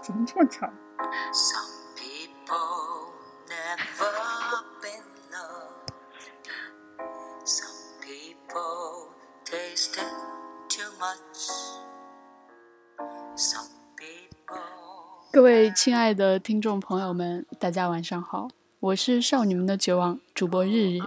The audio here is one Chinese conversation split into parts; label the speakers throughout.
Speaker 1: 怎么这么长？
Speaker 2: Some people never been loved. Some people tasted too much. Some people
Speaker 3: 各位亲爱的听众朋友们，大家晚上好，我是少女们的绝望主播日日。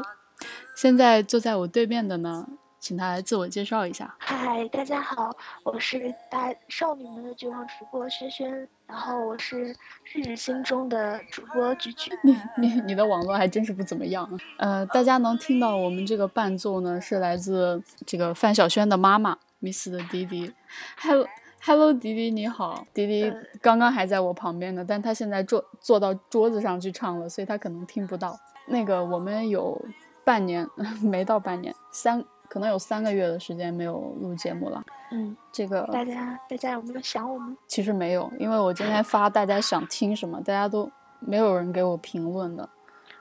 Speaker 3: 现在坐在我对面的呢，请他来自我介绍一下。
Speaker 4: 嗨，大家好，我是大少女们的绝望主播轩轩，然后我是日日心中的主播菊菊。
Speaker 3: 你 你你的网络还真是不怎么样啊。呃，大家能听到我们这个伴奏呢，是来自这个范晓萱的妈妈 Miss 的迪迪。Hello Hello，迪迪你好，迪迪
Speaker 4: 嗯
Speaker 3: 刚刚还在我旁边呢，但她现在坐坐到桌子上去唱了，所以她可能听不到。那个我们有半年 没到半年，三可能有三个月的时间没有录节目了。
Speaker 4: 嗯，
Speaker 3: 这个
Speaker 4: 大家大家有没有想我们？
Speaker 3: 其实没有，因为我今天发大家想听什么，大家都没有人给我评论的。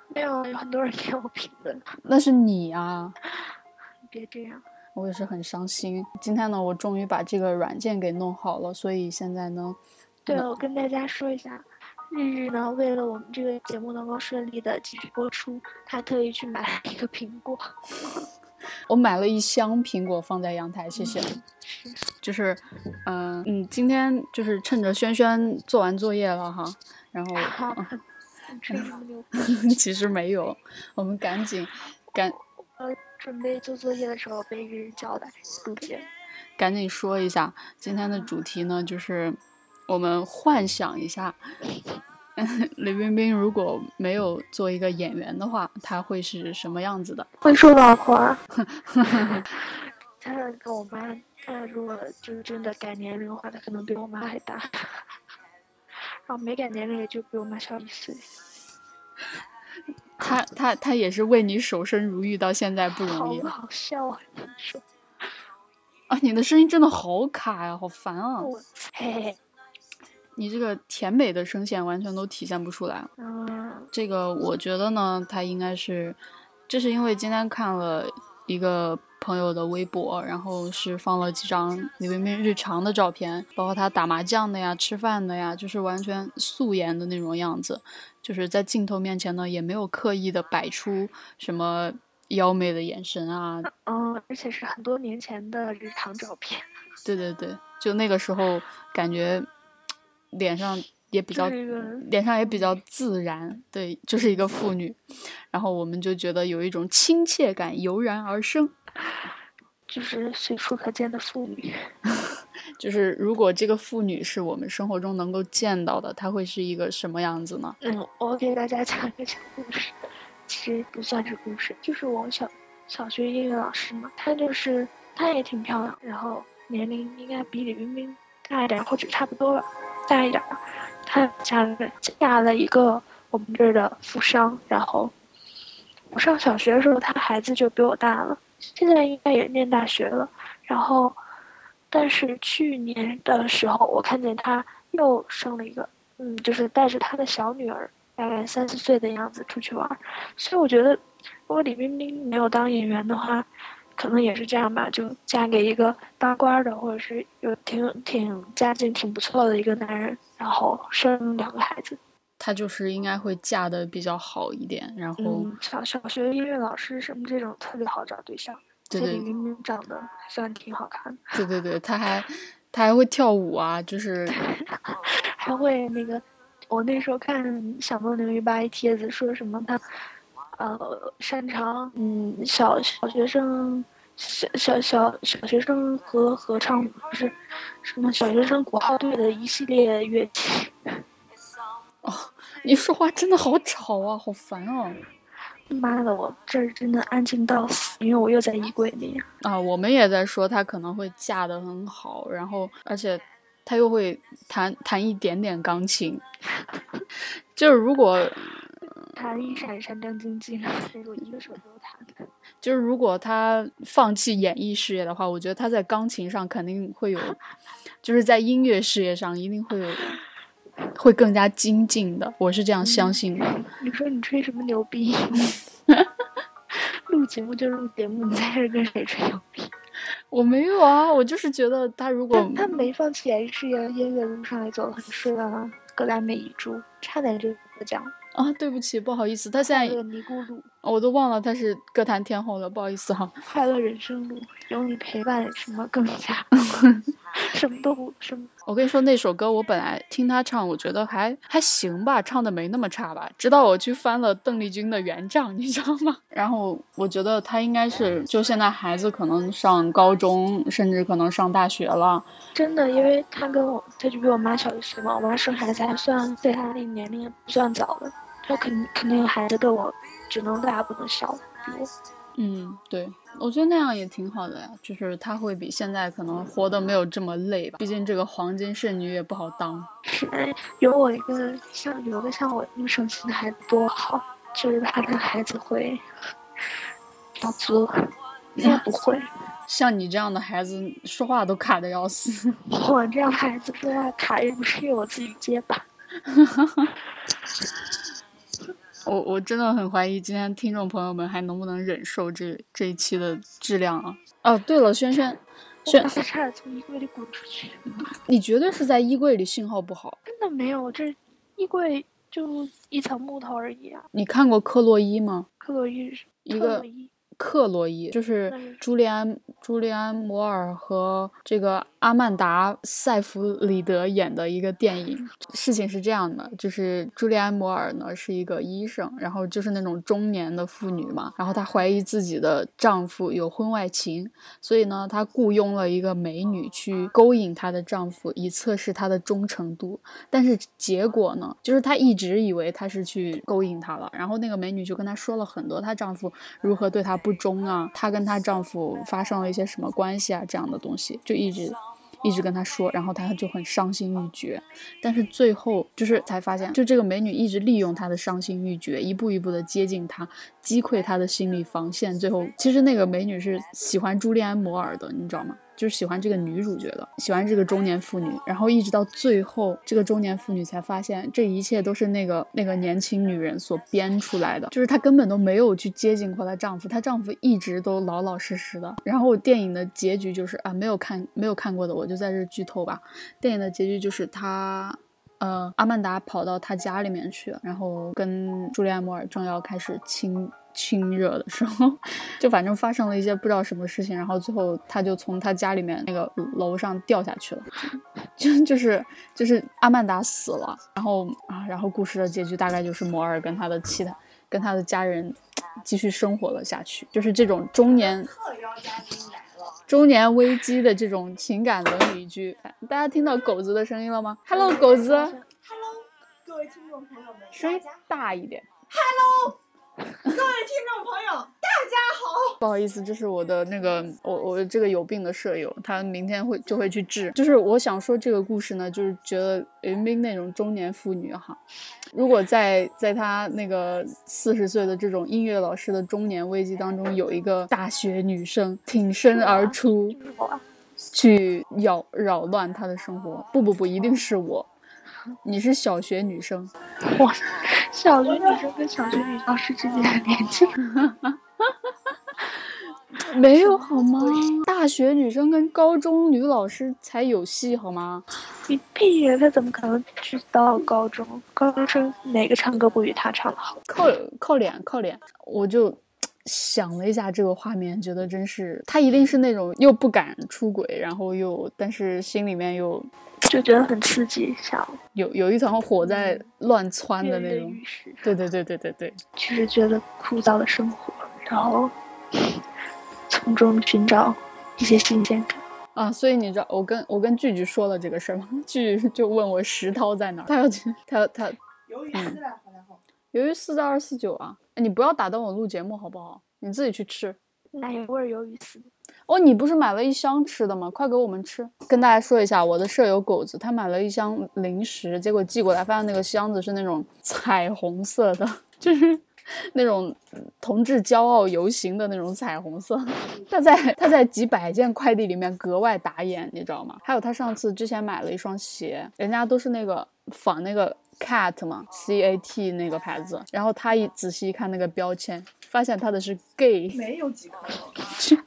Speaker 4: 没有，有很多人给我评论，
Speaker 3: 那是你啊，
Speaker 4: 别这样。
Speaker 3: 我也是很伤心。今天呢，我终于把这个软件给弄好了，所以现在呢，
Speaker 4: 对
Speaker 3: 嗯
Speaker 4: 了，我跟大家说一下，日日呢，为了我们这个节目能够顺利的继续播出，他特意去买了一个苹果。
Speaker 3: 我买了一箱苹果放在阳台，谢谢。 就是，嗯、嗯，今天就是趁着轩轩做完作业了哈，然后
Speaker 4: 好，你吹什么牛？
Speaker 3: 其实没有，我们赶紧赶
Speaker 4: 我准备做作业的时候被日日叫来录节目。
Speaker 3: 赶紧说一下今天的主题呢，就是我们幻想一下， 李冰冰如果没有做一个演员的话，她会是什么样子的？
Speaker 4: 会说 老话。啊他跟我妈，他如果就是真的改年龄的话，他可能比我妈还大，然后没改年龄也就比我妈小一岁。
Speaker 3: 她她她也是为你守身如玉到现在不容易
Speaker 4: 好好笑啊！你说
Speaker 3: 啊！你的声音真的好卡呀、好烦啊！
Speaker 4: 我，嘿嘿，
Speaker 3: 你这个甜美的声线完全都体现不出来。
Speaker 4: 嗯，
Speaker 3: 这个我觉得呢，他应该是，这是因为今天看了一个朋友的微博，然后是放了几张李冰冰日常的照片，包括他打麻将的呀、吃饭的呀，就是完全素颜的那种样子，就是在镜头面前呢，也没有刻意的摆出什么妖媚的眼神啊，
Speaker 4: 嗯，而且是很多年前的日常照片，
Speaker 3: 对对对，就那个时候感觉脸上也比较
Speaker 4: 这个
Speaker 3: 脸上也比较自然，对，就是一个妇女，然后我们就觉得有一种亲切感油然而生。
Speaker 4: 就是随处可见的妇女。
Speaker 3: 就是如果这个妇女是我们生活中能够见到的，她会是一个什么样子呢？
Speaker 4: 嗯，我给大家讲一个小故事，其实不算是故事，就是我小小学英语老师嘛，她就是她也挺漂亮，然后年龄应该比李冰冰大一点，或者差不多吧，大一点吧。她嫁了嫁了一个我们这儿的富商，然后我上小学的时候，她孩子就比我大了，现在应该也念大学了。然后，但是去年的时候，我看见她又生了一个嗯，就是带着他的小女儿，大概三四岁的样子出去玩儿。所以我觉得，如果李冰冰没有当演员的话，可能也是这样吧，就嫁给一个当官儿的，或者是有挺挺家境挺不错的一个男人，然后生两个孩子。
Speaker 3: 她就是应该会嫁的比较好一点，然后、
Speaker 4: 嗯，小小学音乐老师什么这种特别好找对象。
Speaker 3: 对
Speaker 4: 所以
Speaker 3: 对
Speaker 4: 李冰冰长得还算挺好看的，
Speaker 3: 对对对，她还她还会跳舞啊，就是
Speaker 4: 还会那个，我那时候看小梦零一八一帖子说什么他，呃，擅长嗯小小学生小小小小学生和合唱不是什么小学生鼓号队的一系列乐器，
Speaker 3: 你说话真的好吵啊，好烦哦、
Speaker 4: 妈的，我这儿真的安静到死，因为我又在衣柜里。
Speaker 3: 啊，我们也在说她可能会嫁得很好，然后而且她又会弹弹一点点钢琴， 就是如果
Speaker 4: 弹一闪闪亮晶晶，那种一个手都弹的。
Speaker 3: 就是如果她放弃演艺事业的话，我觉得她在钢琴上肯定会有，就是在音乐事业上一定会有，会更加精进的，我是这
Speaker 4: 嗯
Speaker 3: 样相信的。
Speaker 4: 你说你吹什么牛 逼？录节目就录节目，你在这儿跟谁吹牛逼？
Speaker 3: 我没有啊，我就是觉得他如果
Speaker 4: 但他没放弃也是音乐路上也走得很顺啊，格莱美遗珠差点就得奖，
Speaker 3: 啊，对不起，不好意思，他现
Speaker 4: 快
Speaker 3: 在
Speaker 4: 乐尼姑路、
Speaker 3: 我都忘了他是歌坛天后了，不好意思哈、啊
Speaker 4: 快乐人生路，有你陪伴，什么更加什么都不什么。
Speaker 3: 我跟你说，那首歌我本来听他唱，我觉得还还行吧，唱的没那么差吧。直到我去翻了邓丽君的原唱，你知道吗？ 然后我觉得他应该是，就现在孩子可能上高中，甚至可能上大学了。
Speaker 4: 真的，因为他跟我，他就比我妈小一岁嘛，我妈生孩子还算对他那年龄不算早的，他肯肯定孩子跟我只能大不能小，比我
Speaker 3: 嗯，对，我觉得那样也挺好的呀，就是他会比现在可能活得没有这么累吧。毕竟这个黄金剩女也不好当。
Speaker 4: 是哎有我一个像有个像我那么省心的孩子多好，就是怕他孩子会长作，现在不会，
Speaker 3: 像你这样的孩子，说话都卡的要死。
Speaker 4: 我这样的孩子说话卡又不是我自己结巴，
Speaker 3: 我我真的很怀疑今天听众朋友们还能不能忍受这这一期的质量啊！哦，对了，轩轩，
Speaker 4: 我
Speaker 3: 轩
Speaker 4: 刚，才差点从衣柜里滚出去，
Speaker 3: 你绝对是在衣柜里信号不好。
Speaker 4: 真的没有，这衣柜就一层木头而已啊，
Speaker 3: 你看过克洛伊吗？
Speaker 4: 克洛伊是
Speaker 3: 一
Speaker 4: 克
Speaker 3: 个
Speaker 4: 洛伊
Speaker 3: 克洛伊就是
Speaker 4: 嗯
Speaker 3: 朱利安朱利安摩尔和这个阿曼达塞弗里德演的一个电影。事情是这样的，就是朱利安摩尔呢是一个医生，然后就是那种中年的妇女嘛，然后她怀疑自己的丈夫有婚外情，所以呢，她雇佣了一个美女去勾引她的丈夫，以测试她的忠诚度。但是结果呢，就是她一直以为她是去勾引他了，然后那个美女就跟她说了很多她丈夫如何对她不忠啊，她跟她丈夫发生了一些什么关系啊这样的东西，就一直一直跟她说，然后她就很伤心欲绝。但是最后就是才发现，就这个美女一直利用她的伤心欲绝，一步一步的接近他，击溃他的心理防线。最后，其实那个美女是喜欢朱利安·摩尔的，你知道吗？就是喜欢这个女主角的，喜欢这个中年妇女。然后一直到最后，这个中年妇女才发现，这一切都是那个那个年轻女人所编出来的，就是她根本都没有去接近过她丈夫，她丈夫一直都老老实实的。然后电影的结局就是啊，没有看没有看过的，我就在这剧透吧。电影的结局就是她呃，阿曼达跑到他家里面去，然后跟朱莉安·摩尔正要开始亲亲热的时候， 就反正发生了一些不知道什么事情，然后最后他就从他家里面那个楼上掉下去了，就就是就是阿曼达死了，然后啊，然后故事的结局大概就是摩尔跟他的妻他跟他的家人继续生活了下去，就是这种中年
Speaker 2: 特邀嘉宾来了。
Speaker 3: 中年危机的这种情感伦理剧。大家听到狗子的声音了吗？Hello，狗子。啊
Speaker 2: Hello，各位听众朋友们，大
Speaker 3: 声音
Speaker 2: 家，
Speaker 3: 大一点。
Speaker 2: 各位听众朋友，
Speaker 3: 不好意思，这是我的那个我我这个有病的舍友，他明天会就会去治。就是我想说这个故事呢，就是觉得云冰那种中年妇女哈，如果在在她那个四十岁的这种音乐老师的中年危机当中，有一个大学女生挺身而出，
Speaker 4: 就是我啊，
Speaker 3: 去扰扰乱她的生活。不不不，一定是我，你是小学女生。
Speaker 4: 小学女生跟小学女教师之间的联系。
Speaker 3: 没有好吗？大学女生跟高中女老师才有戏好吗？
Speaker 4: 你屁呀！他怎么可能知道高中？高中生哪个唱歌不比他唱啊的好？
Speaker 3: 靠靠脸靠脸，我就想了一下这个画面，觉得真是她一定是那种又不敢出轨，然后又但是心里面又
Speaker 4: 就觉得很刺激，想
Speaker 3: 有有一团火在乱窜的
Speaker 4: 跃
Speaker 3: 那
Speaker 4: 跃
Speaker 3: 种。
Speaker 4: 欲试，
Speaker 3: 嗯对对对对对对，
Speaker 4: 就是觉得枯燥的生活，然后从中寻找一些新鲜感。
Speaker 3: 啊，所以你知道我跟我跟句句说了这个事儿吗？ 句句就问我石涛在哪儿，他要去他他
Speaker 2: 由于
Speaker 3: 嗯
Speaker 2: 私来回来后，
Speaker 3: 由于四到二四九啊，你不要打断我录节目好不好？你自己去吃。
Speaker 4: 奶油味儿鱿鱼丝，
Speaker 3: 哦，你不是买了一箱吃的吗？快给我们吃！跟大家说一下，我的舍友狗子他买了一箱零食，结果寄过来，发现那个箱子是那种 彩虹色的，就是那种同志骄傲游行的那种彩虹色。他在他在几百件快递里面格外打眼，你知道吗？还有他上次之前买了一双鞋，人家都是那个仿那个 cat 嘛，C A T 那个牌子，然后他一仔细一看那个标签，发现他的是 gay。
Speaker 2: 没有几个朋友，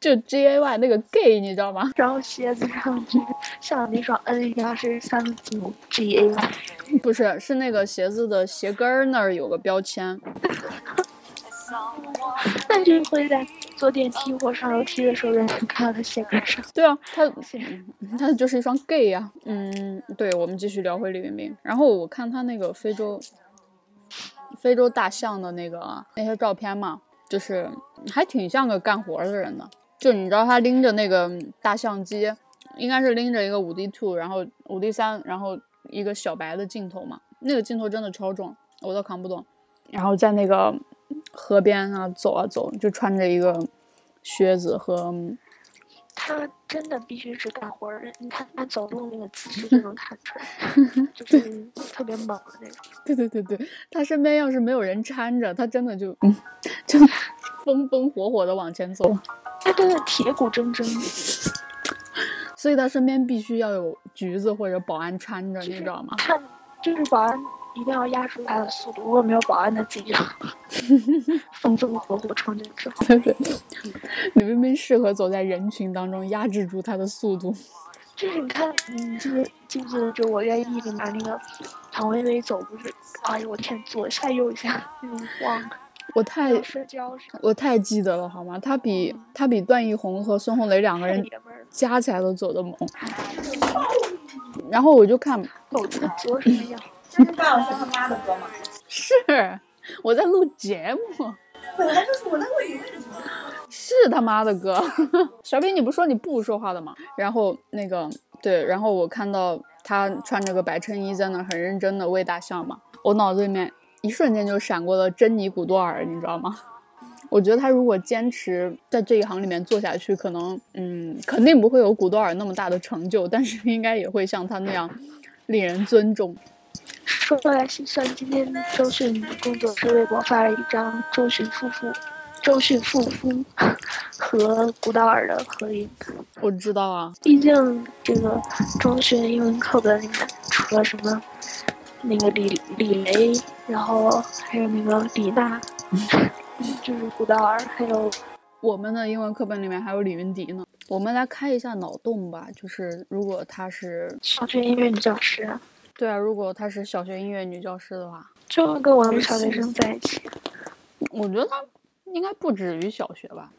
Speaker 3: 就 G A Y 那个 gay，你知道吗？
Speaker 4: 然后鞋子上去像那双 N 一样是三个字母 G A，
Speaker 3: 不是，是那个鞋子的鞋跟儿那儿有个标签。
Speaker 4: 那就会在坐电梯或上楼梯的时候让人看到他鞋跟上。
Speaker 3: 对啊，它
Speaker 4: 鞋
Speaker 3: 它就是一双 gay 呀、嗯，对，我们继续聊回李冰冰。然后我看他那个非洲非洲大象的那个那些照片嘛，就是还挺像个干活的人的。就你知道他拎着那个大相机，应该是拎着一个五 D two，然后五 D 三，然后一个小白的镜头嘛，那个镜头真的超重，我都扛不动。然后在那个河边啊走啊走，就穿着一个靴子和
Speaker 4: 他真的必须是干活儿人，你看他走路那个姿势就能看 出来，就是特别猛的那种。
Speaker 3: 对对对对，他身边要是没有人搀着，他真的就嗯，就风风火火的往前走。
Speaker 4: 他真的哎铁骨铮铮，
Speaker 3: 所以他身边必须要有橘子或者保安搀着，
Speaker 4: 就
Speaker 3: 你
Speaker 4: 是
Speaker 3: 知道吗？
Speaker 4: 看就是保安一定要压住他的速度，如果没有保安，他自己就 风风火火冲进去。
Speaker 3: 对对，李冰冰适合走在人群当中，压制住他的速度。
Speaker 4: 就是你看，你记不记不记得就我愿意里面那个唐薇薇走不是？哎呦我天，左一下右一下那种 晃，
Speaker 3: 我太
Speaker 4: 像摔跤似的，
Speaker 3: 我太记得了，好吗？他比他比段奕宏和孙红雷两个
Speaker 4: 太
Speaker 3: 人
Speaker 4: 爷们儿了，
Speaker 3: 加起来都走得猛。然后我就看
Speaker 4: 狗子左 什么样？
Speaker 2: 这是高晓松他妈的歌吗？
Speaker 3: 是我在录节目。
Speaker 2: 本来就是我那会以为是什么？
Speaker 3: 是他妈的哥， 小兵，你不说你不说话的吗？然后那个对，然后我看到他穿着个白衬衣在那儿很认真的喂大象嘛，我脑子里面一瞬间就闪过了珍妮古多尔，你知道吗？ 我觉得他如果坚持在这一行里面做下去，可能嗯，肯定不会有古多尔那么大的成就，但是应该也会像他那样令人尊重。
Speaker 4: 说来心酸，今天周迅的工作室微博发了一张周迅夫妇、周迅夫妇和古道尔的合影。
Speaker 3: 我知道啊，
Speaker 4: 毕竟这个中学英文课本里面，除了什么那个李李雷，然后还有那个李娜， 就是古道尔，还有
Speaker 3: 我们的英文课本里面还有李云迪呢。我们来开一下脑洞吧，就是如果他是
Speaker 4: 小学音乐女教师啊，
Speaker 3: 对啊，如果她是小学音乐女教师的话，
Speaker 4: 就跟我们小学生在一起。
Speaker 3: 我觉得她应该不止于小学吧。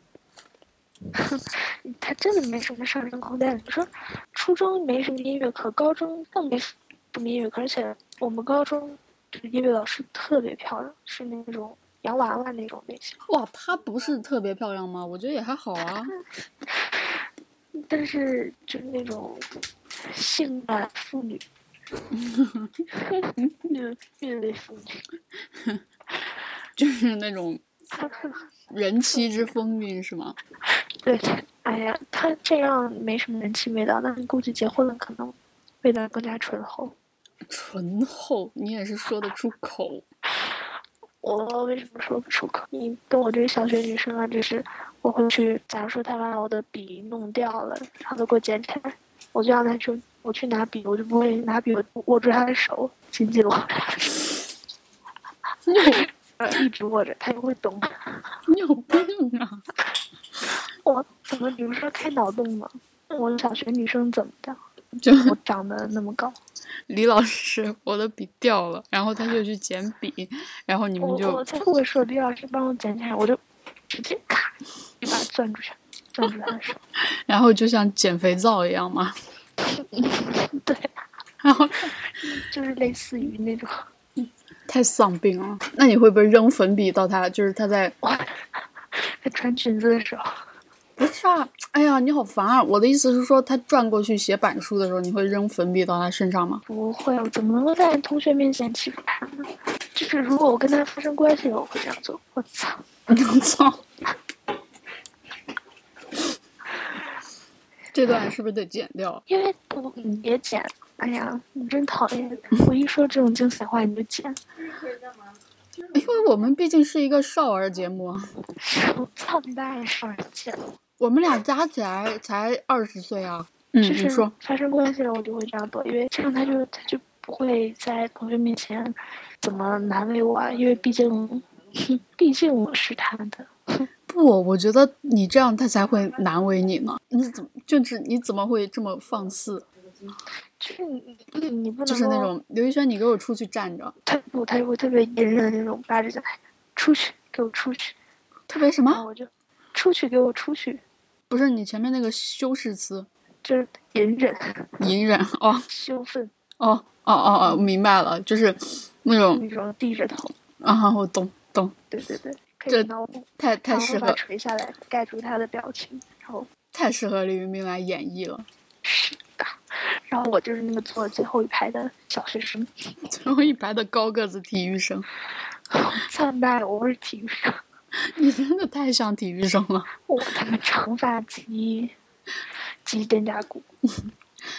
Speaker 4: 他真的没什么上升空间。你说，初中没什么音乐课，高中更没什么音乐课，而且我们高中这个音乐老师特别漂亮，是那种洋娃娃那种类型。
Speaker 3: 哇，她不是特别漂亮吗？我觉得也还好啊。
Speaker 4: 但是就是那种性感妇女，韵韵味妇女，
Speaker 3: 就是那种人妻之风韵是吗？
Speaker 4: 对，哎呀，她这样没什么人气味道，但是估计结婚了可能味道更加醇厚。
Speaker 3: 醇厚，你也是说得出口。
Speaker 4: 我为什么说不出口？你跟我这个小学女生啊，就是我会去，假如说她把我的笔弄掉了，她都给我捡起来，我就让她说我去拿笔，我就不会拿笔，我就握住她的手，紧紧地握着 她的手，呃一直握着，她就会懂。
Speaker 3: 你有病啊！
Speaker 4: 我怎么，比如说开脑洞嘛？我小学女生怎么的？
Speaker 3: 就
Speaker 4: 我长得那么高，
Speaker 3: 李老师，我的笔掉了，然后他就去捡笔，然后你
Speaker 4: 我
Speaker 3: 们就
Speaker 4: 我才不会说李老师帮我捡起来，我就直接咔一把攥住他，攥住他的手。
Speaker 3: 然后就像捡肥皂一样嘛。
Speaker 4: 对，
Speaker 3: 然后
Speaker 4: 就是类似于那种，
Speaker 3: 太丧病了。那你会不会扔粉笔到他？就是他在
Speaker 4: 我在穿裙子的时候，
Speaker 3: 不是啊，哎呀，你好烦啊！我的意思是说，他转过去写板书的时候，你会扔粉笔到他身上吗？
Speaker 4: 不会，我怎么能在同学面前欺负他呢？就是如果我跟他发生关系了，我会这样做。我操！
Speaker 3: 操！这段是不是得剪掉？啊
Speaker 4: 因为不，你别剪，哎呀，你真讨厌！我一说这种惊险话你就剪，
Speaker 3: 因为我们毕竟是一个少儿节目啊，
Speaker 4: 我操你大爷，少人贱！
Speaker 3: 我们俩加起来才二十岁啊。嗯，
Speaker 4: 就
Speaker 3: 你
Speaker 4: 是
Speaker 3: 说
Speaker 4: 发生关系了，我就会这样做，因为这样他就他就不会在同学面前怎么难为我啊，因为毕竟，毕竟我是他的，
Speaker 3: 不，我觉得你这样他才会难为你呢。你怎么就是你怎么会这么放肆？
Speaker 4: 就是你你你不能
Speaker 3: 就是那
Speaker 4: 够
Speaker 3: 种刘医生，你给我出去站着，
Speaker 4: 他不他会特别隐忍的那种巴着脚，出去给我出去，
Speaker 3: 特别什
Speaker 4: 然后
Speaker 3: 么？
Speaker 4: 我就出去给我出去，
Speaker 3: 不是你前面那个修饰词，
Speaker 4: 就是隐忍
Speaker 3: 隐忍哦
Speaker 4: 羞愤
Speaker 3: 哦哦哦哦，明白了，就是那种
Speaker 4: 那种低着头，
Speaker 3: 啊，我懂懂，
Speaker 4: 对对对，可
Speaker 3: 这
Speaker 4: 以脑补，
Speaker 3: 太太
Speaker 4: 然
Speaker 3: 适
Speaker 4: 后把
Speaker 3: 合
Speaker 4: 垂下来盖住他的表情，然后
Speaker 3: 太适合李云冰来演绎了。
Speaker 4: 是的，然后我就是那个坐最后一排的小学生，
Speaker 3: 最后一排的高个子体育生，
Speaker 4: 惨败，我是体育生，
Speaker 3: 你真的太像体育生了，
Speaker 4: 我他妈长发及及肩胛骨，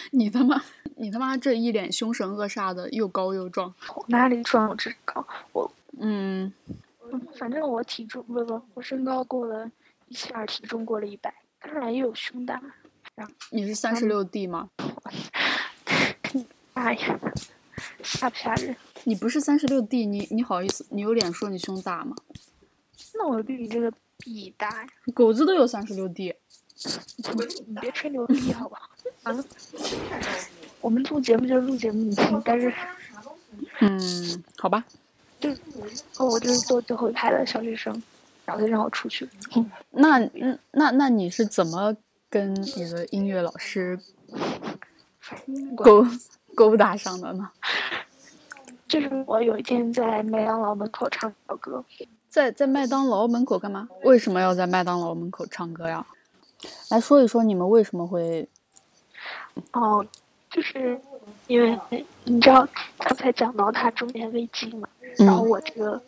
Speaker 3: 你他妈你他妈这一脸凶神恶煞的，又高又壮，
Speaker 4: 我哪里壮我只高，我
Speaker 3: 嗯。
Speaker 4: 反正我体重不不，我身高过了一七二，体重过了一百，当然也有胸大。
Speaker 3: 你是三十六 D 吗？
Speaker 4: 哎呀，吓不吓人？
Speaker 3: 你不是三十六 D，你你好意思？你有脸说你胸大吗？
Speaker 4: 那我比你这个臂大呀！
Speaker 3: 狗子都有三十六 D，
Speaker 4: 你别吹牛逼好不 好？完了，我们录节目就是录节目，你听。但是
Speaker 3: 嗯，好吧，
Speaker 4: 哦，我就是坐最后一排的小学生，然后就让我出去。嗯
Speaker 3: 那嗯那那你是怎么跟你的音乐老师
Speaker 4: 反正我
Speaker 3: 勾勾搭上的呢？
Speaker 4: 就是我有一天在麦当劳门口唱小歌，
Speaker 3: 在在麦当劳门口干嘛？为什么要在麦当劳门口唱歌呀？来说一说你们为什么会
Speaker 4: 哦，就是因为你知道刚才讲到他中年危机嘛，
Speaker 3: 嗯
Speaker 4: 然后我这个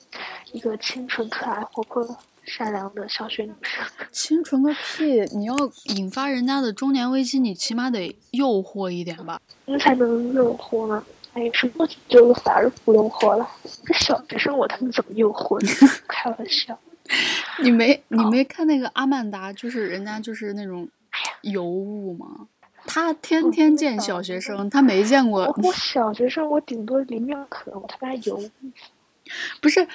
Speaker 4: 一个清纯、可爱、活泼、善良的小学女生，
Speaker 3: 清纯个屁！你要引发人家的中年危机，你起码得诱惑一点吧？
Speaker 4: 那才能诱惑嘛。哎，什么就是反而不诱惑了？这小学生我他妈怎么诱惑你？ 开玩笑，
Speaker 3: 你没你没看那个阿曼达，就是人家就是那种尤物吗？他天天见小学生，他没见
Speaker 4: 我
Speaker 3: 过，
Speaker 4: 我小学生我顶多林妙可，我他妈油。
Speaker 3: 不是？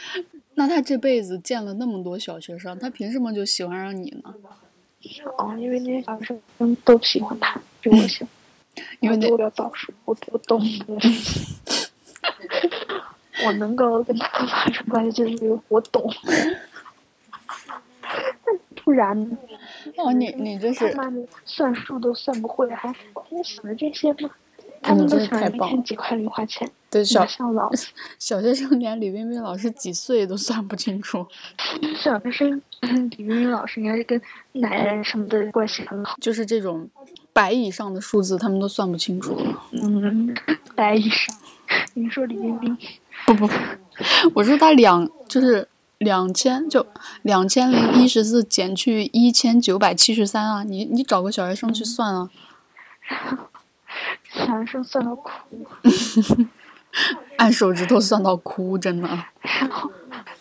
Speaker 3: 那他这辈子见了那么多小学生，他凭什么就喜欢上你呢？
Speaker 4: 哦，因为那些小学生都喜欢他，比我喜欢。
Speaker 3: 因为那
Speaker 4: 我了倒数，我我懂的。我能够跟他发生关系，就是因为我懂。不
Speaker 3: 啊
Speaker 4: 然，
Speaker 3: 哦，你你这
Speaker 4: 他
Speaker 3: 是
Speaker 4: 妈的算数都算不会，还还想着这些吗？他们
Speaker 3: 真
Speaker 4: 都
Speaker 3: 的
Speaker 4: 想
Speaker 3: 嗯太
Speaker 4: 着每
Speaker 3: 棒了
Speaker 4: 天几块零花钱，
Speaker 3: 对
Speaker 4: 你们
Speaker 3: 小
Speaker 4: 像老子。
Speaker 3: 小学生连李冰冰老师几岁都算不清楚，
Speaker 4: 小学生，李云云老师应该是跟奶奶什么的关系很好。
Speaker 3: 就是这种百以上的数字，他们都算不清楚。
Speaker 4: 嗯，白医生，你说李冰冰，
Speaker 3: 我说他两就是两千就两千零一十四减去一千九百七十三啊，你你找个小学生去算啊，
Speaker 4: 小学生算到哭。
Speaker 3: 按手指头算到哭，真的。
Speaker 4: 然后，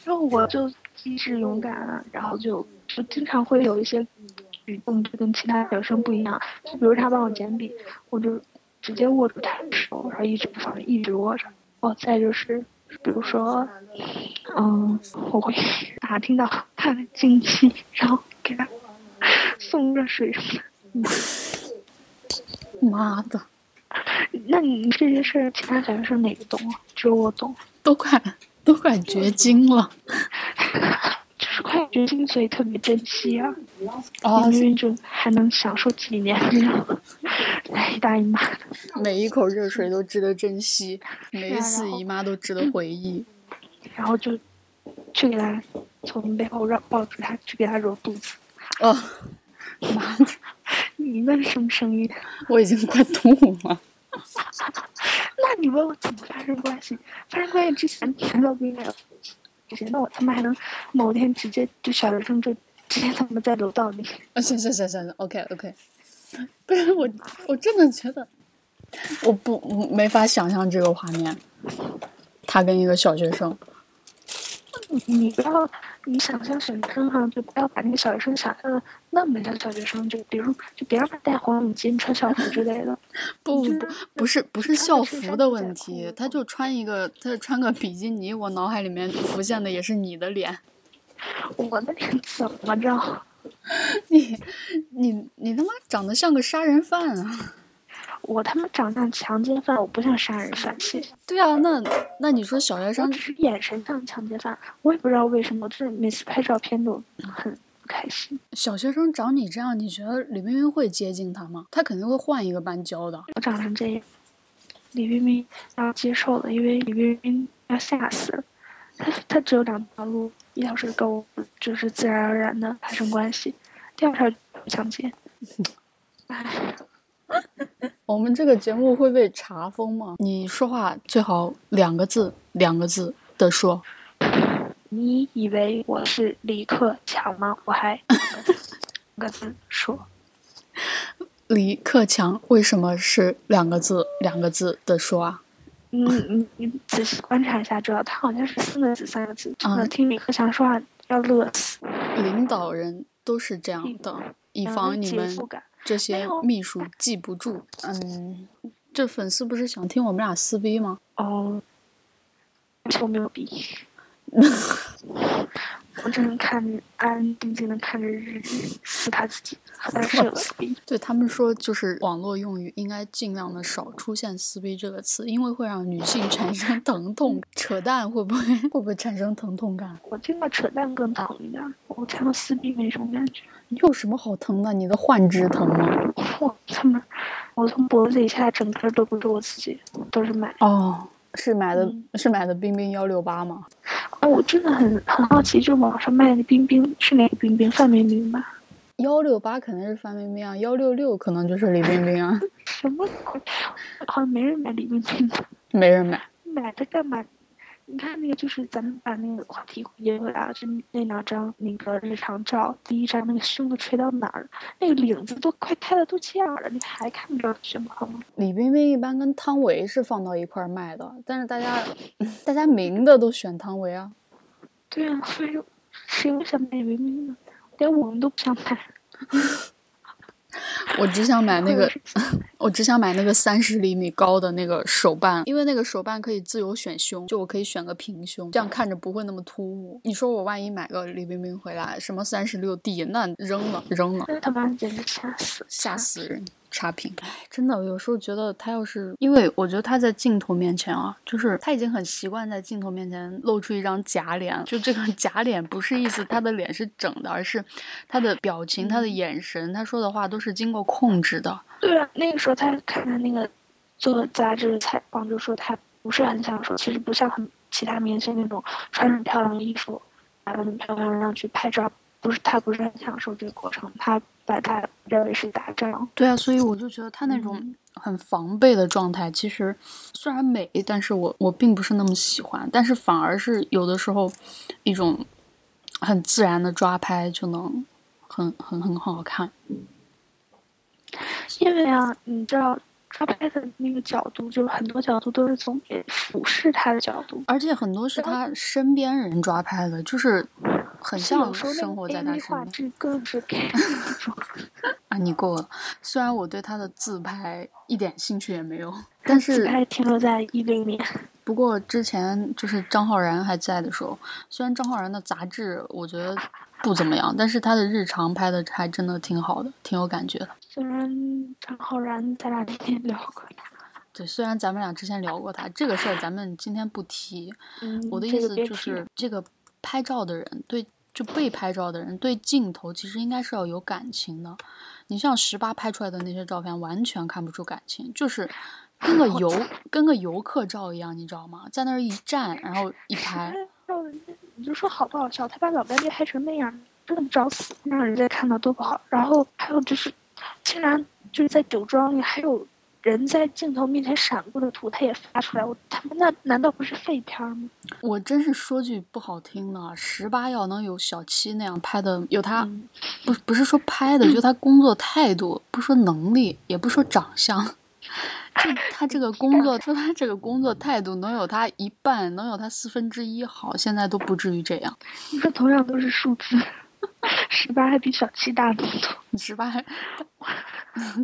Speaker 4: 然后我就机智勇敢啊，然后就就经常会有一些举动就跟其他小生不一样，就比如他帮我捡笔，我就直接握住他的手，然后一直不放，一直握着。哦，再就是，比如说，嗯，我会打听到他的近期，然后给他送热水什么的。
Speaker 3: 妈的，
Speaker 4: 那你这些事儿，其他小学生哪个懂啊？只有我懂，
Speaker 3: 都快都快绝经了
Speaker 4: 就是快绝经，所以特别珍惜啊。
Speaker 3: 啊！
Speaker 4: 因为就还能享受几年呢。哎，大姨妈，
Speaker 3: 每一口热水都值得珍惜，每一次
Speaker 4: 然后
Speaker 3: 姨妈都值得回忆。
Speaker 4: 然后就去给她从背后绕抱住她，去给她揉肚子。
Speaker 3: 哦，
Speaker 4: 你那是什么声音？
Speaker 3: 我已经快吐了。
Speaker 4: 那你问我怎么发生关系？发生关系之前难道不应该有？那我他妈还能某天直接就小学生就直接他妈在楼道里，
Speaker 3: 啊，行行行行行，OK OK。不是我，我真的觉得，我不我没法想象这个画面，他跟一个小学生。
Speaker 4: 你你不要你想象小学生哈，就不要把那个小学生想象的那么像小学生，就比如就别让他戴红领巾、穿校服之类的。
Speaker 3: 不不
Speaker 4: 就
Speaker 3: 不
Speaker 4: 是，
Speaker 3: 不是不是
Speaker 4: 穿
Speaker 3: 校
Speaker 4: 个衬
Speaker 3: 服
Speaker 4: 衫
Speaker 3: 的
Speaker 4: 不
Speaker 3: 问
Speaker 4: 戴
Speaker 3: 题
Speaker 4: 裤，
Speaker 3: 他就穿一个，他就穿个比基尼，我脑海里面浮现的也是你的脸。
Speaker 4: 我那脸怎么着？
Speaker 3: 你你你他妈长得像个杀人犯啊！
Speaker 4: 我他妈长像强奸犯，我不像杀人犯，谢谢。
Speaker 3: 对啊，那那你说小学
Speaker 4: 我
Speaker 3: 生
Speaker 4: 只是眼神像强奸犯，我也不知道为什么，就是每次拍照片都很不开心。
Speaker 3: 小学生长你这样，你觉得李冰冰会接近他吗？他肯定会换一个班教的。
Speaker 4: 我长成这样，李冰冰要接受了，因为李冰冰要吓死了。他他只有两条路，一条是跟我就是自然而然的发生关系，第二条就是强奸。唉，
Speaker 3: 我们这个节目会被查封吗？你说话最好两个字两个字的说。
Speaker 4: 你以为我是李克强吗？我还两个字说，
Speaker 3: 李克强为什么是两个字两个字的说啊？
Speaker 4: 你你嗯你仔细观察一下，知道他好像是四个字三个字，真的
Speaker 3: 嗯
Speaker 4: 听李克强说话要乐死，
Speaker 3: 领导人都是这样的，以
Speaker 4: 嗯两
Speaker 3: 防
Speaker 4: 人
Speaker 3: 你
Speaker 4: 节
Speaker 3: 们
Speaker 4: 妇感。
Speaker 3: 这些
Speaker 4: 有
Speaker 3: 秘书记不住。嗯，这粉丝不是想听我们俩撕逼吗？
Speaker 4: 哦，而且我没有逼，我只能看安安静静的看着日日撕他自己，和他室友撕逼。
Speaker 3: 对他们说，就是网络用语应该尽量的少出现“撕逼”这个词，因为会让女性产生疼痛。扯淡会不会会不会产生疼痛感？
Speaker 4: 我听到扯淡更疼一点，我看到撕逼没什么感觉。
Speaker 3: 你有什么好疼的？你的幻肢疼吗？
Speaker 4: 我他妈，我从脖子以下整个都不是我自己，都是买。
Speaker 3: 哦，是买的、
Speaker 4: 嗯
Speaker 3: 是买的冰冰幺六八吗？
Speaker 4: 啊，我真的很很好奇，就网上卖的冰冰是哪个冰冰？范冰冰吧？
Speaker 3: 幺六八肯定是范冰冰啊，幺六六可能就是李冰冰啊，
Speaker 4: 什么鬼？好像没人买李冰冰的。
Speaker 3: 没人买。
Speaker 4: 买它干嘛？你看那个，就是咱们把那个话题引回来了，啊就那两张那个日常照，第一张那个胸都垂到哪儿了，那个领子都快开到肚脐眼儿了，你还看不着胸部吗？
Speaker 3: 李冰冰一般跟汤唯是放到一块儿卖的，但是大家 大家明的都选汤唯啊。
Speaker 4: 对啊，所以谁又想买维密呢？连我们都不想买。
Speaker 3: 我只想买那
Speaker 4: 或者
Speaker 3: 个
Speaker 4: 是
Speaker 3: 我只想买那个三十厘米高的那个手办，因为那个手办可以自由选胸，就我可以选个平胸，这样看着不会那么突兀。你说我万一买个李冰冰回来，什么三十六 D，那扔了扔了，
Speaker 4: 那他妈简直吓死！
Speaker 3: 吓死人！差评，哎，真的，有时候觉得他要是，因为我觉得他在镜头面前啊，就是他已经很习惯在镜头面前露出一张假脸了，就这个假脸不是意思他的脸是整的，而是他的表情、他的眼神、他说的话都是经过控制的。
Speaker 4: 对啊，那个时候他看他那个做杂志采访，就说他不是很想说，其实不像很其他明星那种穿上漂亮的衣服，打扮得漂漂亮亮去拍照，不是他不是很享受这个过程，他把他认为是打仗。
Speaker 3: 对啊，所以我就觉得他那
Speaker 4: 嗯
Speaker 3: 种很防备的状态，其实虽然美，但是我我并不是那么喜欢，但是反而是有的时候一种很自然的抓拍就能很很很好看。
Speaker 4: 因为啊，你知道抓拍的那个角度，就是很多角度都是从别俯视他的角度，
Speaker 3: 而且很多是
Speaker 4: 啊
Speaker 3: 他身边人抓拍的，就是很
Speaker 4: 所以有
Speaker 3: 像
Speaker 4: 时候
Speaker 3: 生活在他
Speaker 4: 那个 AV
Speaker 3: 身
Speaker 4: 画
Speaker 3: 边
Speaker 4: 质 更是看那种。
Speaker 3: 啊！你够了。虽然我对他的自拍一点兴趣也没有，但
Speaker 4: 自
Speaker 3: 是
Speaker 4: 拍停留在一零年，
Speaker 3: 不过之前就是张浩然还在的时候，虽然张浩然的杂志我觉得不怎么样，但是他的日常拍的还真的挺好的，挺有感觉的。
Speaker 4: 虽然张浩然咱俩那天聊过他。
Speaker 3: 对，虽然咱们俩之前聊过他这个事儿，咱们今天不提。
Speaker 4: 嗯
Speaker 3: 我的
Speaker 4: 这
Speaker 3: 意
Speaker 4: 个
Speaker 3: 思
Speaker 4: 别
Speaker 3: 就
Speaker 4: 提
Speaker 3: 是，这个拍照的人对就被拍照的人对镜头其实应该是要有感情的。你像十八拍出来的那些照片，完全看不出感情，就是跟个游跟个游客照一样，你知道吗？在那儿一站，然后一拍。
Speaker 4: 要人家你就说好不好笑，他把老干爹拍成那样，真的找死，让人家看到多不好。然后还有就是，竟然就是在酒庄里还有人在镜头面前闪过的图，他也发出来，我他妈那难道不是废片儿吗？
Speaker 3: 我真是说句不好听的，啊十八要能有小七那样拍的，有他，
Speaker 4: 嗯
Speaker 3: 不不是说拍的，就他工作态度，不说能力，也不说长相， 就他这个工作，说他这个工作态度能有他一半，能有他四分之一好，现在都不至于这样。
Speaker 4: 你说同样都是数字，十八还比小七大那么多。
Speaker 3: 十八，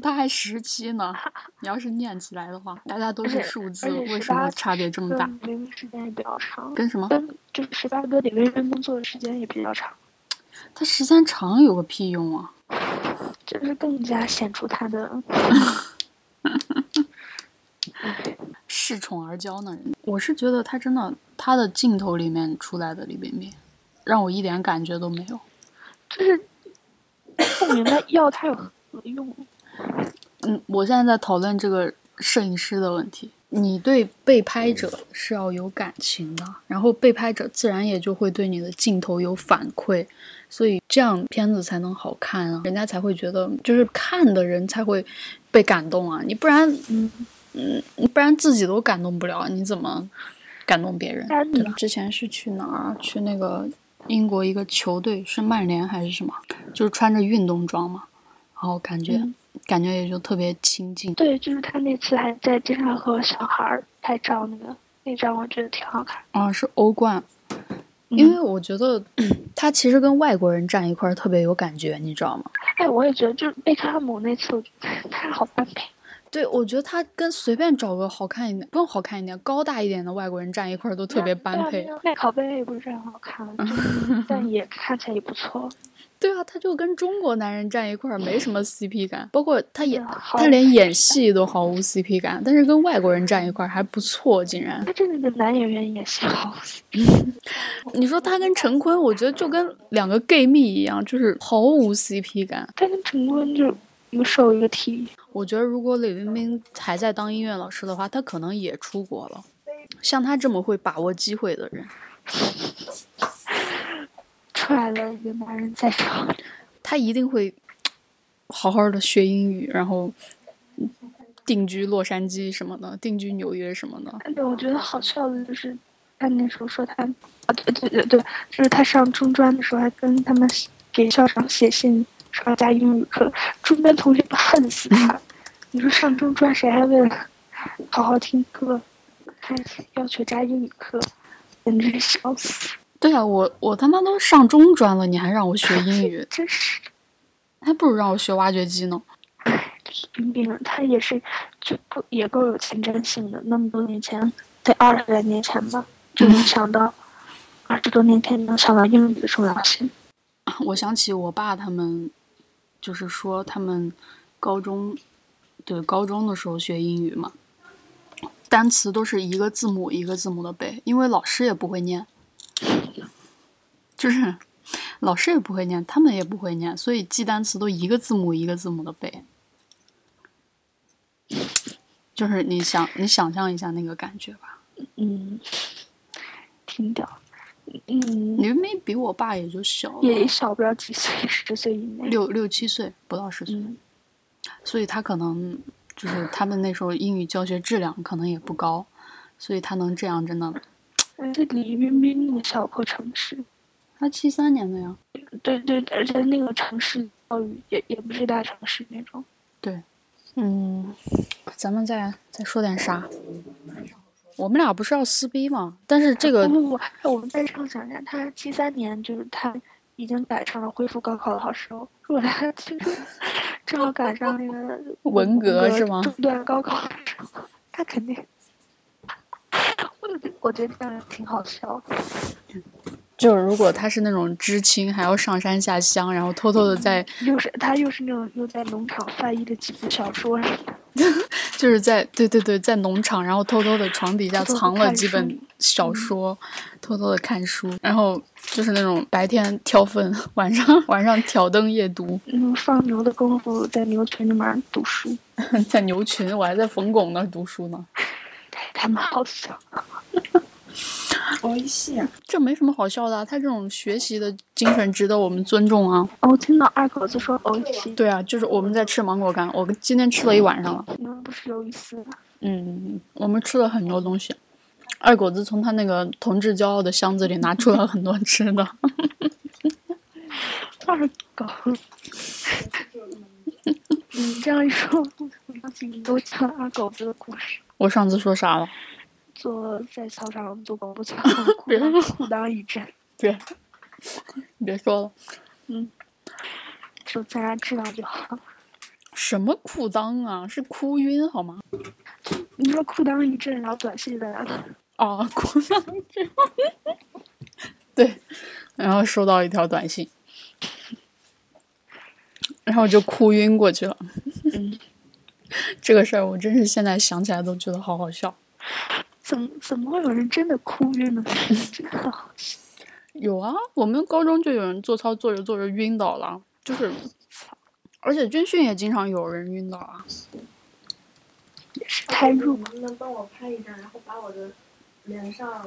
Speaker 3: 他还十七呢，你要是念起来的话，大家都
Speaker 4: 而
Speaker 3: 是
Speaker 4: 且嗯
Speaker 3: 数字
Speaker 4: 而且，
Speaker 3: 为
Speaker 4: 18
Speaker 3: 什么差别这么大？
Speaker 4: 跟明明时间也比较长，
Speaker 3: 跟什么？
Speaker 4: 跟就是八哥里面工作的时间也比较长，
Speaker 3: 他时间长有个屁用啊！
Speaker 4: 就是更加显出他的
Speaker 3: 恃宠而骄呢。我是觉得他真的，他的镜头里面出来的李冰冰，让我一点感觉都没有。
Speaker 4: 就是不明白要他有何用。
Speaker 3: 嗯，我现在在讨论这个摄影师的问题。你对被拍者是要有感情的，然后被拍者自然也就会对你的镜头有反馈，所以这样片子才能好看啊，人家才会觉得就是看的人才会被感动啊，你不然，嗯嗯，你不然自己都感动不了，啊你怎么感动别人？
Speaker 4: 但
Speaker 3: 对吧？之前是去哪儿啊？去那个英国一个球队，是曼联还是什么？就是穿着运动装嘛，然后感觉、
Speaker 4: 嗯
Speaker 3: 感觉也就特别亲近。
Speaker 4: 对，就是他那次还在街上和小孩儿拍照，那个那张我觉得挺好看。
Speaker 3: 啊，是欧冠，
Speaker 4: 嗯
Speaker 3: 因为我觉得他其实跟外国人站一块儿特别有感觉，你知道吗？
Speaker 4: 哎，我也觉得，就是贝克汉姆那次，我觉得 他好般配。
Speaker 3: 对，我觉得他跟随便找个好看一点，不用好看一点，高大一点的外国人站一块儿都特别般配。。
Speaker 4: 啊麦考贝不是很好看，就是 但也看起来也不错。
Speaker 3: 对啊，他就跟中国男人站一块儿没什么 CP 感，包括他演
Speaker 4: 嗯好
Speaker 3: 他连演戏都毫无 CP 感，但是跟外国人站一块儿还不错，竟然。
Speaker 4: 他这个男演员也是好，
Speaker 3: 你说他跟陈坤，我觉得就跟两个 gay 蜜一样，就是毫无 CP 感。
Speaker 4: 他跟陈坤就我们受一个 T。
Speaker 3: 我觉得如果李冰冰还在当音乐老师的话，她可能也出国了。像她这么会把握机会的人，
Speaker 4: 踹了一个男人在手，
Speaker 3: 她一定会好好的学英语，然后定居洛杉矶什么的，定居纽约什么的。
Speaker 4: 但我觉得好笑的就是，他那时候说他，啊对对对对，就是他上中专的时候还跟他们给校长写信说要加英语课，中专同学都恨死他。你说上中专谁还为了好好听课，还要求加英语课，简直是笑死！
Speaker 3: 对啊，我我他妈都上中专了，你还让我学英语，
Speaker 4: 真是
Speaker 3: 还不如让我学挖掘机呢。
Speaker 4: 冰冰人，他也是就够也够有前瞻性的。那么多年前，得二十来年前吧，就能想到二十多年前能想到英语的重要性。
Speaker 3: 我想起我爸他们，就是说他们高中，对高中的时候学英语嘛，单词都是一个字母一个字母的背，因为老师也不会念， 就是老师也不会念，他们也不会念，所以记单词都一个字母一个字母的背。就是你想，你想象一下那个感觉吧。
Speaker 4: 嗯，挺屌。嗯，
Speaker 3: 你妹比我爸也就小
Speaker 4: 也
Speaker 3: 了
Speaker 4: 小不了几岁，十岁以内。
Speaker 3: 六六七岁，不到十岁。
Speaker 4: 嗯，
Speaker 3: 所以他可能就是他们那时候英语教学质量可能也不高，所以他能这样真的。
Speaker 4: 哎这李冰冰那个小破城市，
Speaker 3: 他七三年的呀，
Speaker 4: 对对，而且那个城市教育也也不是大城市那种。
Speaker 3: 嗯，咱们再再说点啥？我们俩不是要撕逼吗？但是这个
Speaker 4: 不不不，哎我们再畅想一下，他七三年就是他已经赶上了恢复高考的好时候，如果他就是 正好赶上那个
Speaker 3: 文革是吗
Speaker 4: 中断高考的时候，他肯定， 我觉得我觉得这样挺好笑的。
Speaker 3: 就是如果他是那种知青，还要上山下乡，然后偷偷的在
Speaker 4: 又是他又是那种又在农场翻译的几部小说，
Speaker 3: 就是在对对对，在农场，然后偷偷的床底下
Speaker 4: 偷偷地
Speaker 3: 藏了
Speaker 4: 看
Speaker 3: 几
Speaker 4: 书嗯
Speaker 3: 本小说，偷偷的看书，然后就是那种白天挑粪， 晚上晚上挑灯夜读。
Speaker 4: 嗯，放牛的功夫在牛群里面读书，
Speaker 3: 在牛群，我还在冯巩那儿读书呢。
Speaker 4: 太他妈好笑了。
Speaker 2: 我一系啊，
Speaker 3: 这没什么好笑的啊、他这种学习的精神值得我们尊重啊。
Speaker 4: 哦，我听到二狗子说哦欧气，
Speaker 3: 对啊，就是我们在吃芒果干，我今天吃了一晚上了。
Speaker 4: 你们不是有一丝吗？
Speaker 3: 嗯，我们吃了很多东西。二狗子从他那个同志骄傲的箱子里拿出了很多吃的，
Speaker 4: 二狗。你这样一说，我想起你给我讲二狗子的故事。
Speaker 3: 我上次说啥了？
Speaker 4: 坐在操场做广播操场，
Speaker 3: 别了
Speaker 4: 裤裆一震，
Speaker 3: 别， 别说了，
Speaker 4: 就在那知道就好。
Speaker 3: 什么裤裆啊？是哭晕好吗？哦
Speaker 4: 你说裤裆一震，然后短信在那，
Speaker 3: 啊，裤裆 对，然后收到一条短信，然后我就哭晕过去了。
Speaker 2: 嗯，
Speaker 3: 这个事儿我真是现在想起来都觉得好好笑。
Speaker 4: 怎么怎么会有人真的哭晕呢？ 真的好笑。
Speaker 3: 有啊，我们高中就有人做操做着做着晕倒了，就是，而且军训也经常有人晕倒啊。
Speaker 4: 也是太入
Speaker 1: 哦能不能帮我拍一张，然后把我的脸上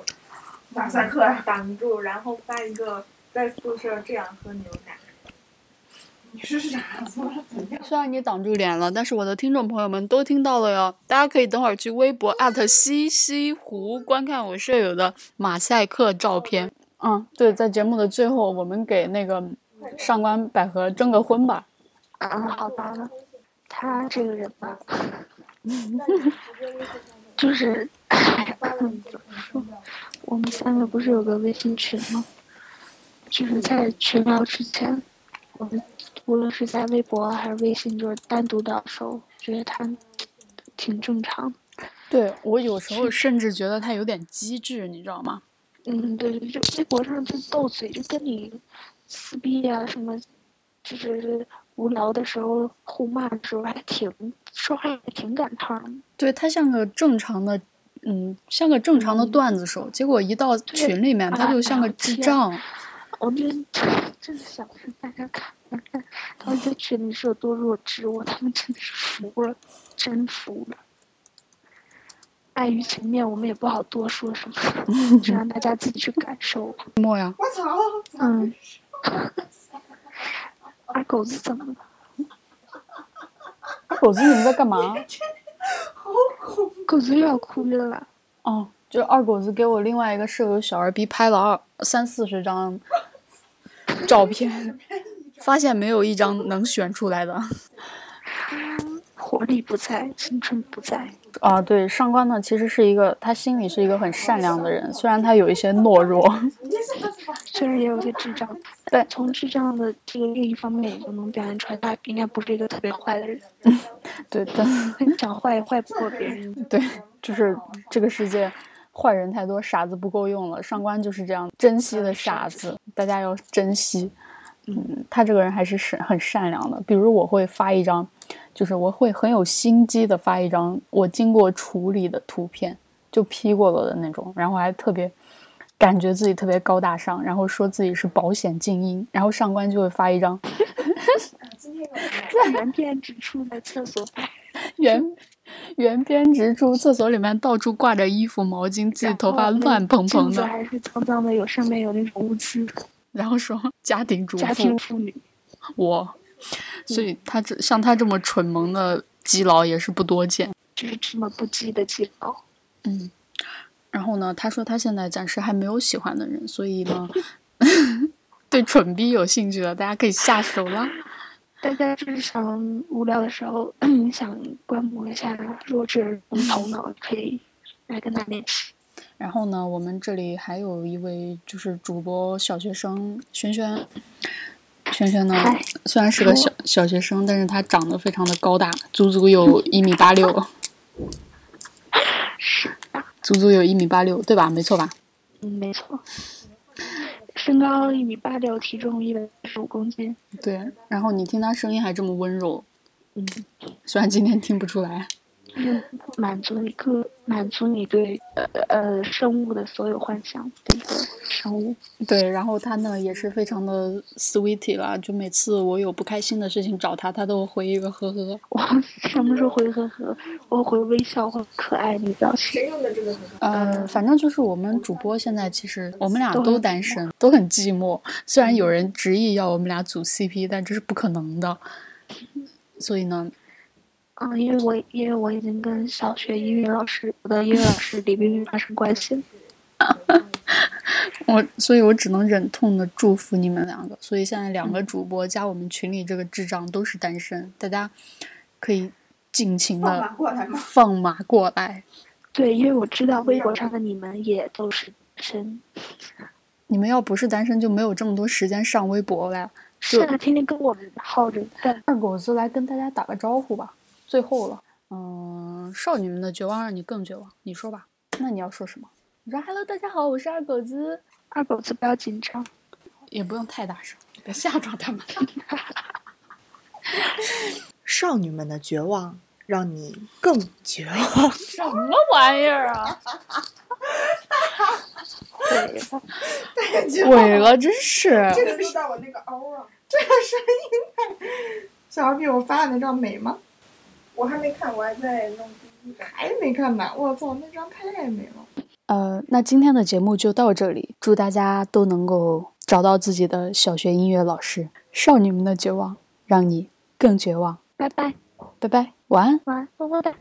Speaker 2: 马赛克啊呀
Speaker 1: 挡住，然后发一个在宿舍这样喝牛奶。
Speaker 2: 你是啥子？怎样？
Speaker 3: 虽然你挡住脸了，但是我的听众朋友们都听到了哟。大家可以等会儿去微博西西湖观看我舍友的马赛克照片。嗯，对，在节目的最后，我们给那个上官百合征个婚吧。
Speaker 4: 啊，好吧，他这个人吧，
Speaker 1: 那你直接微信上面
Speaker 4: 就是哎
Speaker 1: 发了你就可以收到了。
Speaker 4: 我们三个不是有个微信群吗？就是在群聊之前，我们无论是在微博还是微信，就是单独聊的时候，觉得他挺正常的。
Speaker 3: 对我有时候甚至觉得他有点机智，你知道吗？
Speaker 4: 嗯，对对，就微博上就斗嘴，就跟你撕逼啊什么，就是无聊的时候互骂的时候，还挺说话也挺赶趟儿的。
Speaker 3: 对他像个正常的，嗯，像个正常的段子手，结果一到群里面，他就像个智障。
Speaker 4: 我这真的想让大家看看他们在群里是有多弱智，我他们真的是服了，真服了。碍于情面，我们也不好多说什么，就让大家自己去感受吧。
Speaker 3: 莫呀，
Speaker 2: 我操！
Speaker 4: 嗯，二啊狗子怎么了？
Speaker 3: 狗子你们在干嘛？
Speaker 4: 狗子又要哭晕了。
Speaker 3: 哦，就二狗子给我另外一个舍友小二逼拍了二三四十张照片，发现没有一张能选出来的。
Speaker 4: 活力不在，青春不在。
Speaker 3: 啊，对，上官呢其实是一个，他心里是一个很善良的人，虽然他有一些懦弱。
Speaker 4: 虽然也有些智障，
Speaker 3: 对
Speaker 4: 但从智障的这个另一方面，也就能表现出来，他应该不是一个特别坏的人。
Speaker 3: 对，但
Speaker 4: 你讲坏也坏不过别人。
Speaker 3: 对，就是这个世界坏人太多，傻子不够用了。上官就是这样，珍惜的傻子，大家要珍惜。嗯，他这个人还是是很善良的。比如我会发一张，就是我会很有心机的发一张我经过处理的图片，就 P 过了的那种，然后还特别感觉自己特别高大上，然后说自己是保险精英，然后上官就会发一 张
Speaker 1: 今天有没有
Speaker 4: 难辨指出在厕所拍，
Speaker 3: 圆圆边直出，厕所里面到处挂着衣服、毛巾，自己头发
Speaker 4: 然后哦那
Speaker 3: 乱蓬
Speaker 4: 镜
Speaker 3: 蓬
Speaker 4: 子
Speaker 3: 的。
Speaker 4: 还是脏脏的，有上面有那种污渍。
Speaker 3: 然后说家庭主
Speaker 4: 家
Speaker 3: 妇
Speaker 4: 庭嗯妇女，
Speaker 3: 我，所以他这像他这么蠢萌的基佬也是不多见。
Speaker 4: 就是这么不羁的记牢。
Speaker 3: 嗯，然后呢，他说他现在暂时还没有喜欢的人，所以呢， 对蠢逼有兴趣的大家可以下手啦。
Speaker 4: 大家就是想无聊的时候， 想观摩一下弱智儿童头脑，可以来跟他联系。
Speaker 3: 然后呢，我们这里还有一位就是主播小学生轩轩，轩轩呢
Speaker 4: 嗨
Speaker 3: 虽然是个小小学生，但是他长得非常的高大，足足有一米八六，足足有一米八六，对吧？没错吧？
Speaker 4: 嗯，没错。身高一米八六，体重一百十五公斤。
Speaker 3: 对，然后你听他声音还这么温柔，
Speaker 4: 嗯，
Speaker 3: 虽然今天听不出来，
Speaker 4: 满足一个满足你对呃呃生物的所有幻想的一个生物。
Speaker 3: 对，然后他呢也是非常的 sweetie 啦，就每次我有不开心的事情找他，他都会回一个呵呵。
Speaker 4: 我 什么时候回呵呵？我回微笑或可爱你表情。
Speaker 1: 谁用的这个很好？
Speaker 3: 呃，反正就是我们主播现在其实我们俩
Speaker 4: 都
Speaker 3: 都
Speaker 4: 很
Speaker 3: 单
Speaker 4: 寂寞
Speaker 3: 身，都很寂寞。虽然有人执意要我们俩组 CP，但这是不可能的。所以呢，
Speaker 4: 嗯，因为我因为我已经跟小学音乐老师我的音乐老师李冰冰发生关系了。
Speaker 3: 我所以我只能忍痛的祝福你们两个。所以现在两个主播加我们群里这个智障都是单身，大家可以尽情
Speaker 2: 放马
Speaker 3: 的
Speaker 2: 过来嘛！
Speaker 3: 放马过来。
Speaker 4: 对，因为我知道微博上的你们也都是单身，
Speaker 3: 你们要不是单身，就没有这么多时间上微博了。
Speaker 4: 是啊，天天跟我们耗着，但
Speaker 3: 二狗子来跟大家打个招呼吧，最后了。嗯，少女们的绝望让你更绝望，你说吧。那你要说什么？你说 “Hello，大家好，我是二狗子。
Speaker 4: 二狗子不要紧张，
Speaker 3: 也不用太大声，别吓着他们。
Speaker 5: 少女们的绝望让你更绝望。
Speaker 3: 什么玩意儿 啊！
Speaker 4: 对，
Speaker 2: 太绝望
Speaker 3: 毁
Speaker 2: 了。
Speaker 3: 了，真是。
Speaker 2: 这个录到我那个嗷啊！这个声音，小王给我发的那张美吗？我还没看，我还在弄第一张，还没看呢。我操，那张太美了！
Speaker 3: 呃，那今天的节目就到这里，祝大家都能够找到自己的小学音乐老师。少女们的绝望，让你更绝望。
Speaker 4: 拜拜，
Speaker 3: 拜拜，晚安。
Speaker 4: 晚安，么么哒。